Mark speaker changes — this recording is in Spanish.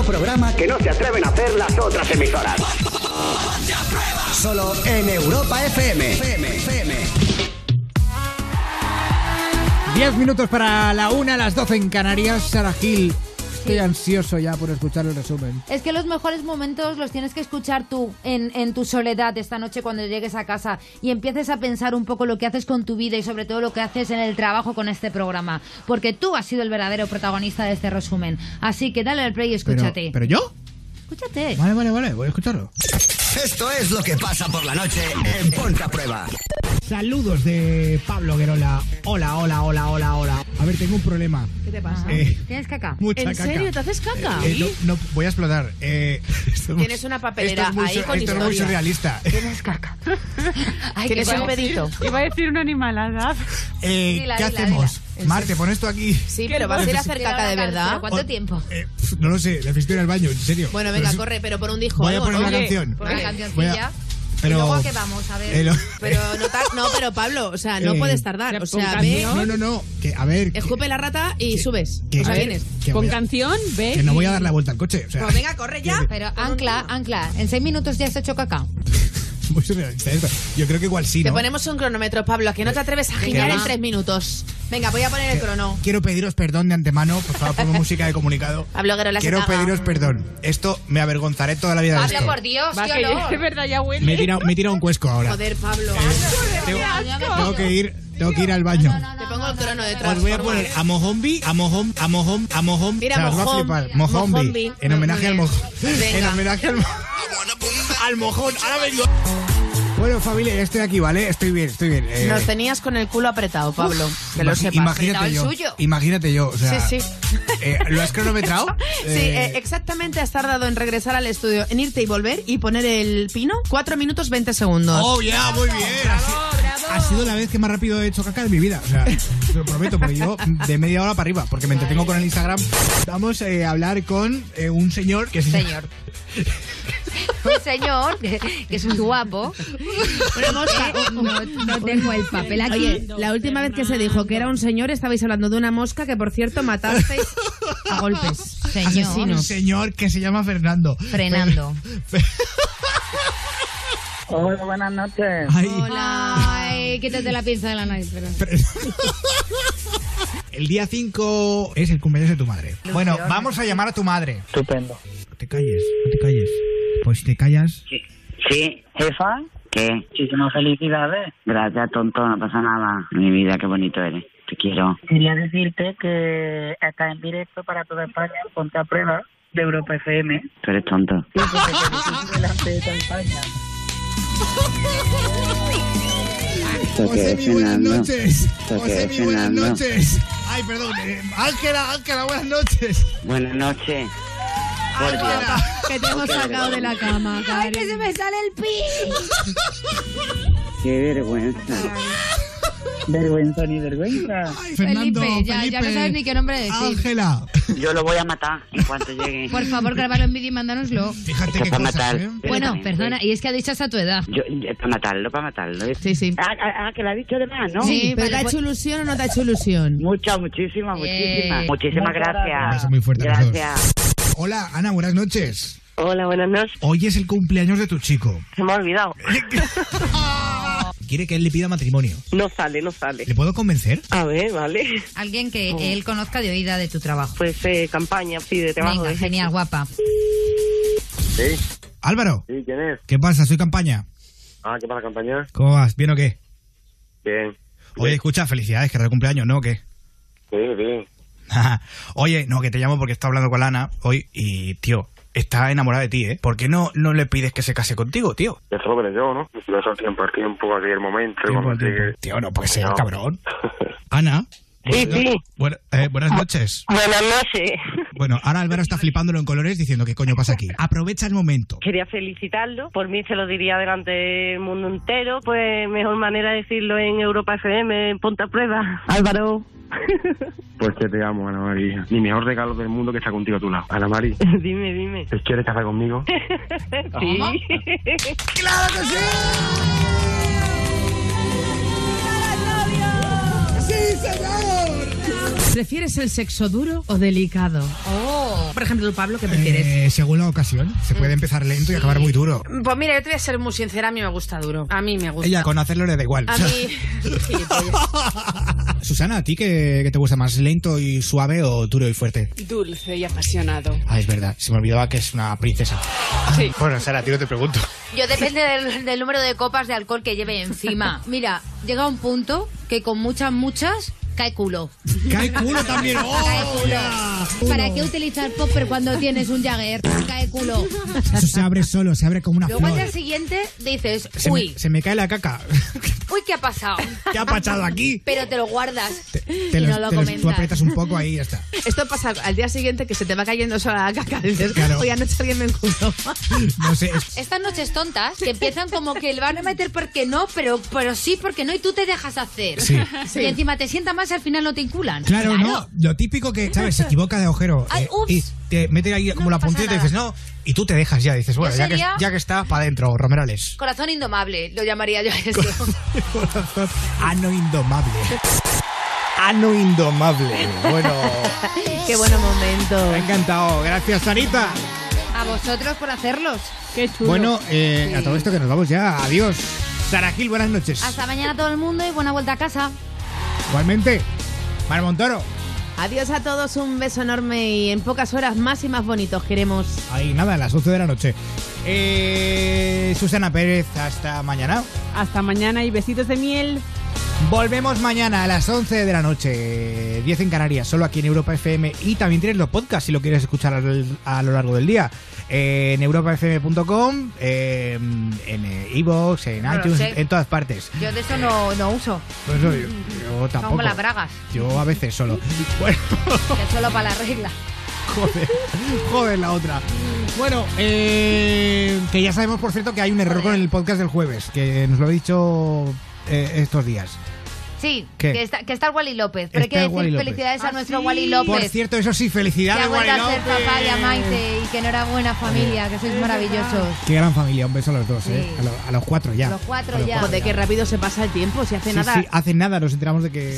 Speaker 1: programa que no se atreven a hacer las otras emisoras. Solo en Europa FM. FM, FM.
Speaker 2: 10 minutos para la una, a las 12 en Canarias, Sara Gil. Estoy ansioso ya por escuchar el resumen.
Speaker 3: Es que los mejores momentos los tienes que escuchar tú en, en tu soledad esta noche cuando llegues a casa y empieces a pensar un poco lo que haces con tu vida y sobre todo lo que haces en el trabajo con este programa. Porque tú has sido el verdadero protagonista de este resumen. Así que dale al play y escúchate.
Speaker 2: ¿Pero yo?
Speaker 3: Escúchate.
Speaker 2: Vale, vale, vale, voy a escucharlo.
Speaker 1: Esto es lo que pasa por la noche en Ponte a Prueba.
Speaker 2: Saludos de Pablo Guerola. Hola, hola, hola, hola, hola. A ver, tengo un problema.
Speaker 4: ¿Qué te pasa?
Speaker 2: Eh,
Speaker 3: ¿Tienes caca?
Speaker 2: mucha
Speaker 4: Ah. ¿En
Speaker 2: caca.
Speaker 4: serio? ¿Te haces caca?
Speaker 2: Eh, no, no, voy a explotar. Eh, esto es muy-
Speaker 4: Tienes una papelera
Speaker 2: esto es muy
Speaker 4: ahí
Speaker 2: sur-
Speaker 4: con
Speaker 2: Esto es muy
Speaker 4: historia.
Speaker 2: surrealista.
Speaker 3: Ay,
Speaker 4: Tienes
Speaker 3: qué
Speaker 4: un
Speaker 3: guay.
Speaker 4: pedito.
Speaker 5: Iba a decir una animalada.
Speaker 2: Eh,
Speaker 3: Dila,
Speaker 2: ¿Qué
Speaker 3: dila,
Speaker 2: hacemos? Mar, ¿te pones tú aquí?
Speaker 4: Sí, pero vas a ir a hacer
Speaker 3: Tira
Speaker 4: caca
Speaker 3: una
Speaker 4: de
Speaker 3: cara,
Speaker 4: verdad.
Speaker 3: ¿pero ¿Cuánto tiempo?
Speaker 2: Eh, pf, no lo sé, necesito ir al baño, en serio.
Speaker 4: Bueno,
Speaker 2: Pero
Speaker 4: venga,
Speaker 2: es-
Speaker 4: corre, pero por un disco.
Speaker 2: Voy a
Speaker 4: algo,
Speaker 2: poner
Speaker 4: ¿no?
Speaker 2: una
Speaker 5: Oye,
Speaker 2: canción.
Speaker 3: Por la
Speaker 2: Voy
Speaker 3: cancioncilla.
Speaker 2: a- Pero...
Speaker 3: ¿Y luego a qué vamos? A ver.
Speaker 2: Eh, lo-
Speaker 4: Pero no, ta- no, pero Pablo, o sea, no
Speaker 2: Eh,
Speaker 4: puedes tardar. O sea, ve,
Speaker 2: No, no, no. Que, a ver. que-
Speaker 4: escupe la rata y subes.
Speaker 2: que-
Speaker 4: O sea,
Speaker 2: que-
Speaker 4: vienes.
Speaker 2: que
Speaker 5: Con
Speaker 2: voy a-
Speaker 5: canción, ve.
Speaker 2: Que no voy a dar la vuelta al coche. O sea,
Speaker 4: Pues venga, corre ya.
Speaker 3: Pero ancla, ancla. En seis minutos ya has hecho caca.
Speaker 2: muy surrealista esto. Yo creo que igual sí,
Speaker 4: Te
Speaker 2: ¿no?
Speaker 4: ponemos un cronómetro, Pablo, a que no te atreves a girar
Speaker 2: va.
Speaker 4: en tres minutos. Venga, voy a poner el crono.
Speaker 2: Quiero pediros perdón de antemano, por favor, pongo música de comunicado.
Speaker 4: Pablo Guerola se
Speaker 2: Quiero
Speaker 4: caga.
Speaker 2: pediros perdón. Esto me avergonzaré toda la vida de
Speaker 3: Pablo,
Speaker 2: esto.
Speaker 3: por Dios,
Speaker 5: Va,
Speaker 3: qué
Speaker 5: que
Speaker 3: olor.
Speaker 5: de verdad ya huele.
Speaker 2: Me he tirado, me he tirado un cuesco ahora.
Speaker 4: Joder, Pablo.
Speaker 2: Tengo,
Speaker 3: Ya me
Speaker 2: tengo
Speaker 3: pillo.
Speaker 2: que ir, tengo que ir al baño.
Speaker 4: Te pongo el crono detrás.
Speaker 2: Os Pues voy a
Speaker 4: por
Speaker 2: poner
Speaker 4: favor.
Speaker 2: a Mojombi, a Mojom, a Mojom, a Mojom.
Speaker 4: Mira,
Speaker 2: O sea, os va a
Speaker 4: Mojón.
Speaker 2: flipar.
Speaker 4: Mira,
Speaker 2: Mojombi.
Speaker 4: Mojombi.
Speaker 2: En homenaje al mojón.
Speaker 4: Venga.
Speaker 2: En homenaje al mojón. Al mojón, ahora vengo. Bueno, familia, ya estoy aquí, ¿vale? Estoy bien, estoy bien. Eh,
Speaker 4: Nos tenías con el culo apretado, Pablo. que lo
Speaker 2: imagi-
Speaker 4: sepas.
Speaker 3: Apretado
Speaker 2: Imagínate
Speaker 3: el
Speaker 2: yo.
Speaker 3: suyo.
Speaker 2: Imagínate yo. O sea,
Speaker 4: Sí, sí.
Speaker 2: eh, ¿Lo has cronometrado?
Speaker 4: Sí,
Speaker 2: Eh,
Speaker 4: eh, exactamente has tardado en regresar al estudio, en irte y volver y poner el pino 4 minutos 20 segundos.
Speaker 2: Oh, ya, muy bien. Ha sido- Ha sido la vez que más rápido he hecho caca de mi vida. O sea, te lo prometo, porque yo de media hora para arriba, porque me entretengo con el Instagram. Vamos eh, a hablar con eh, un señor que se llama-
Speaker 3: Señor. Un señor que, que es un guapo. No, no tengo el papel aquí.
Speaker 4: Oye, la última vez que se dijo que era un señor estabais hablando de una mosca que por cierto matasteis a golpes.
Speaker 3: Pues, Señor.
Speaker 2: un señor que se llama Fernando.
Speaker 3: Fernando.
Speaker 6: Hola, buenas noches.
Speaker 2: Ay,
Speaker 3: Hola. Ay, quítate la pinza de la nariz. pero-
Speaker 2: Fer- El día 5 es el cumpleaños de tu madre. Bueno, vamos a llamar a tu madre.
Speaker 6: ¿eh? Estupendo.
Speaker 2: No te calles, no te calles. Pues si te callas.
Speaker 6: Sí, sí, jefa. ¿Qué? Muchísimas felicidades.
Speaker 7: Gracias, tonto, no pasa nada. Mi vida, qué bonito eres. Te quiero.
Speaker 6: Quería decirte que estás en directo para toda España en Ponte a Prueba de Europa FM.
Speaker 7: Tú eres tonto.
Speaker 6: Sí, porque te felicito delante de toda España.
Speaker 2: Josemi, buenas noches.
Speaker 7: Ok,
Speaker 2: Josemi, buenas
Speaker 7: Fernando.
Speaker 2: noches. Ay, perdón. eh, Ángela, Ángela, buenas noches.
Speaker 7: Buenas noches.
Speaker 2: Ángela.
Speaker 4: Que te hemos sacado de la cama, Karen.
Speaker 7: Qué vergüenza.
Speaker 6: Vergüenza ni vergüenza.
Speaker 2: Ay, Fernando,
Speaker 3: Felipe, ya, ya no
Speaker 2: Felipe.
Speaker 3: sabes ni qué nombre decir.
Speaker 2: Ángela.
Speaker 7: Yo lo voy a matar en cuanto llegue.
Speaker 3: Por favor, grábalo en vídeo y mándanoslo.
Speaker 2: Fíjate
Speaker 7: Esto
Speaker 2: qué
Speaker 7: para
Speaker 2: cosas,
Speaker 7: matar.
Speaker 2: ¿eh?
Speaker 7: Pero
Speaker 3: Bueno,
Speaker 7: también,
Speaker 3: perdona, y es que ha dicho hasta tu edad.
Speaker 7: Yo, yo- para matarlo, para matarlo.
Speaker 4: Sí, sí.
Speaker 7: Ah, ah, ah, que lo ha dicho de más, ¿no?
Speaker 4: Sí, pero
Speaker 3: vale,
Speaker 4: ¿te ha
Speaker 3: pues-
Speaker 4: hecho ilusión o no te ha hecho ilusión?
Speaker 7: Muchas, muchísimas, muchísimas.
Speaker 3: Eh.
Speaker 7: Muchísimas
Speaker 6: Muchas
Speaker 7: gracias.
Speaker 2: Un
Speaker 8: Ah,
Speaker 2: beso muy fuerte a los dos.
Speaker 7: Gracias.
Speaker 2: Hola, Ana, buenas noches.
Speaker 9: Hola, buenas noches.
Speaker 2: Hoy es el cumpleaños de tu chico.
Speaker 9: Se me ha olvidado.
Speaker 2: Quiere que él le pida matrimonio.
Speaker 9: No sale, no sale.
Speaker 2: ¿Le puedo convencer?
Speaker 9: A ver, vale.
Speaker 3: Alguien que él conozca de oída de tu trabajo.
Speaker 9: Pues eh, campaña, sí, de trabajo.
Speaker 3: Venga,
Speaker 9: de-
Speaker 3: genial, guapa.
Speaker 8: ¿Sí?
Speaker 2: Álvaro,
Speaker 8: ¿Sí? ¿Quién es?
Speaker 2: ¿qué pasa? Soy campaña.
Speaker 8: Ah, ¿qué pasa, campaña?
Speaker 2: ¿Cómo vas? ¿Bien o qué?
Speaker 8: Bien.
Speaker 2: Oye, escucha, felicidades, que era el cumpleaños, ¿no? ¿O qué?
Speaker 8: Sí, sí.
Speaker 2: Oye, no, que te llamo porque está hablando con la Ana hoy y, tío, está enamorada de ti, ¿eh? ¿Por qué no, no le pides que se case contigo, tío?
Speaker 8: Eso lo veré yo, ¿no? Deja tiempo al tiempo, así el momento.
Speaker 2: Tiempo
Speaker 8: cuando
Speaker 2: al tiempo.
Speaker 8: llegue.
Speaker 2: Tío, no puede ser,
Speaker 8: No.
Speaker 2: cabrón. Ana.
Speaker 9: Sí,
Speaker 2: bueno,
Speaker 9: sí.
Speaker 2: bueno, eh, buenas noches.
Speaker 9: Buenas noches.
Speaker 2: Bueno, ahora Álvaro está flipándolo en colores diciendo qué coño pasa aquí. Aprovecha el momento.
Speaker 9: Quería felicitarlo. Por mí se lo diría delante del mundo entero. Pues mejor manera de decirlo en Europa FM, en Ponta Prueba. Álvaro.
Speaker 8: Pues que te amo, Ana María. Mi mejor regalo del mundo que está contigo a tu lado. Ana María,
Speaker 9: dime, dime.
Speaker 8: ¿te quieres casar conmigo?
Speaker 9: Sí.
Speaker 2: ¡Claro que sí! ¡Sí, señor!
Speaker 4: ¿Prefieres el sexo duro o delicado?
Speaker 3: Oh.
Speaker 4: Por ejemplo, tú, Pablo, ¿qué prefieres?
Speaker 2: Eh, según la ocasión, se
Speaker 3: Mm.
Speaker 2: puede empezar lento y acabar muy duro.
Speaker 10: Pues mira, yo te voy a ser muy sincera, a mí me gusta duro. A mí me gusta.
Speaker 2: Ella con hacerlo le da igual.
Speaker 10: A mí...
Speaker 3: pues
Speaker 10: gilipollas.
Speaker 2: Susana, ¿a ti qué, qué te gusta más? ¿Lento y suave o duro y fuerte?
Speaker 5: Dulce y apasionado.
Speaker 2: Ah, es verdad, se me olvidaba que es una princesa.
Speaker 5: Sí.
Speaker 2: Bueno, Sara, a ti no te pregunto.
Speaker 3: Yo depende del, del número de copas de alcohol que lleve encima. Mira, llega un punto que con muchas, muchas, cae culo.
Speaker 2: ¡Cae culo también!
Speaker 3: Cae
Speaker 2: ¡Oh,
Speaker 3: culo.
Speaker 2: ya!
Speaker 3: ¿Para qué utilizar popper cuando tienes un Jagger? Cae culo.
Speaker 2: Eso se abre solo, se abre como una
Speaker 3: Luego al
Speaker 2: flor.
Speaker 3: día siguiente dices,
Speaker 2: Se me,
Speaker 3: uy,
Speaker 2: se me cae la caca.
Speaker 3: uy, ¿qué ha pasado?
Speaker 2: ¿Qué ha pasado aquí?
Speaker 3: Pero te lo guardas
Speaker 2: Te
Speaker 3: y
Speaker 2: los-
Speaker 3: no lo
Speaker 2: te los- tú
Speaker 3: comentas.
Speaker 2: aprietas un poco ahí y ya está.
Speaker 4: Esto pasa al día siguiente que se te va cayendo sola la caca. Dices,
Speaker 2: Claro.
Speaker 4: "Oye, anoche alguien me encubrió".
Speaker 2: No sé, es-
Speaker 3: Estas noches tontas que empiezan como que le van a meter porque no, pero, pero sí porque no y tú te dejas hacer.
Speaker 2: Sí.
Speaker 3: Y encima te sienta más y al final no te inculan.
Speaker 2: Claro, no. Lo típico que, ¿sabes? Se equivoca de ojero.
Speaker 3: Ay,
Speaker 2: eh,
Speaker 3: ups.
Speaker 2: y te mete ahí como la
Speaker 3: pasa
Speaker 2: puntita y te dices, no. Y tú te dejas ya. Dices, bueno,
Speaker 3: Ese
Speaker 2: ya que,
Speaker 3: día-
Speaker 2: ya que está, para adentro, Romerales.
Speaker 3: Corazón indomable, lo llamaría yo eso.
Speaker 2: Ano indomable. Ano indomable. Bueno,
Speaker 4: Qué buen momento.
Speaker 2: me ha encantado. Gracias, Sarita.
Speaker 3: A vosotros por hacerlos.
Speaker 5: Qué chulo.
Speaker 2: Bueno, eh, a todo esto que nos vamos ya. Adiós. Sara Gil, buenas noches.
Speaker 3: Hasta mañana todo el mundo y buena vuelta a casa.
Speaker 2: Igualmente, Mar Montoro.
Speaker 4: Adiós a todos, un beso enorme y en pocas horas más y más bonitos queremos.
Speaker 2: Ahí, nada, a las 11 de la noche. Eh, Susana Pérez, hasta mañana.
Speaker 5: Hasta mañana y besitos de miel.
Speaker 2: Volvemos mañana a las 11 de la noche, 10 en Canarias, solo aquí en Europa FM. Y también tienes los podcasts si lo quieres escuchar al- a lo largo del día. Eh, en europafm.com, eh, en iVoox, en
Speaker 3: No lo
Speaker 2: iTunes,
Speaker 3: sé.
Speaker 2: en todas partes.
Speaker 3: Yo de eso no, no uso.
Speaker 2: Pues no, yo, yo
Speaker 3: Son
Speaker 2: tampoco.
Speaker 3: como las bragas,
Speaker 2: Yo a veces solo. Bueno,
Speaker 3: que es solo para la regla.
Speaker 2: joder, joder la otra. Bueno, eh, que ya sabemos, por cierto, que hay un error con el podcast del jueves, que nos lo ha dicho eh, estos días.
Speaker 3: Sí,
Speaker 2: ¿Qué?
Speaker 3: que está, que está el Wally López. Pero hay
Speaker 2: Está
Speaker 3: que
Speaker 2: el Wally
Speaker 3: decir
Speaker 2: López.
Speaker 3: felicidades a
Speaker 5: Ah,
Speaker 3: nuestro
Speaker 5: sí.
Speaker 3: Wally
Speaker 2: Por
Speaker 3: López.
Speaker 2: cierto, eso sí,
Speaker 3: que
Speaker 2: felicidades,
Speaker 3: ha vuelto
Speaker 2: Wally
Speaker 3: a ser
Speaker 2: López.
Speaker 3: papá y a Maite y que enhorabuena familia, que sois maravillosos.
Speaker 2: Qué gran familia, un beso a los dos, ¿eh?
Speaker 3: Sí.
Speaker 2: A, lo- a los cuatro ya.
Speaker 3: Los cuatro
Speaker 2: A
Speaker 3: ya.
Speaker 4: Joder, qué rápido se pasa el tiempo, si hace
Speaker 2: Sí,
Speaker 4: nada.
Speaker 2: sí, hace nada nos enteramos de que...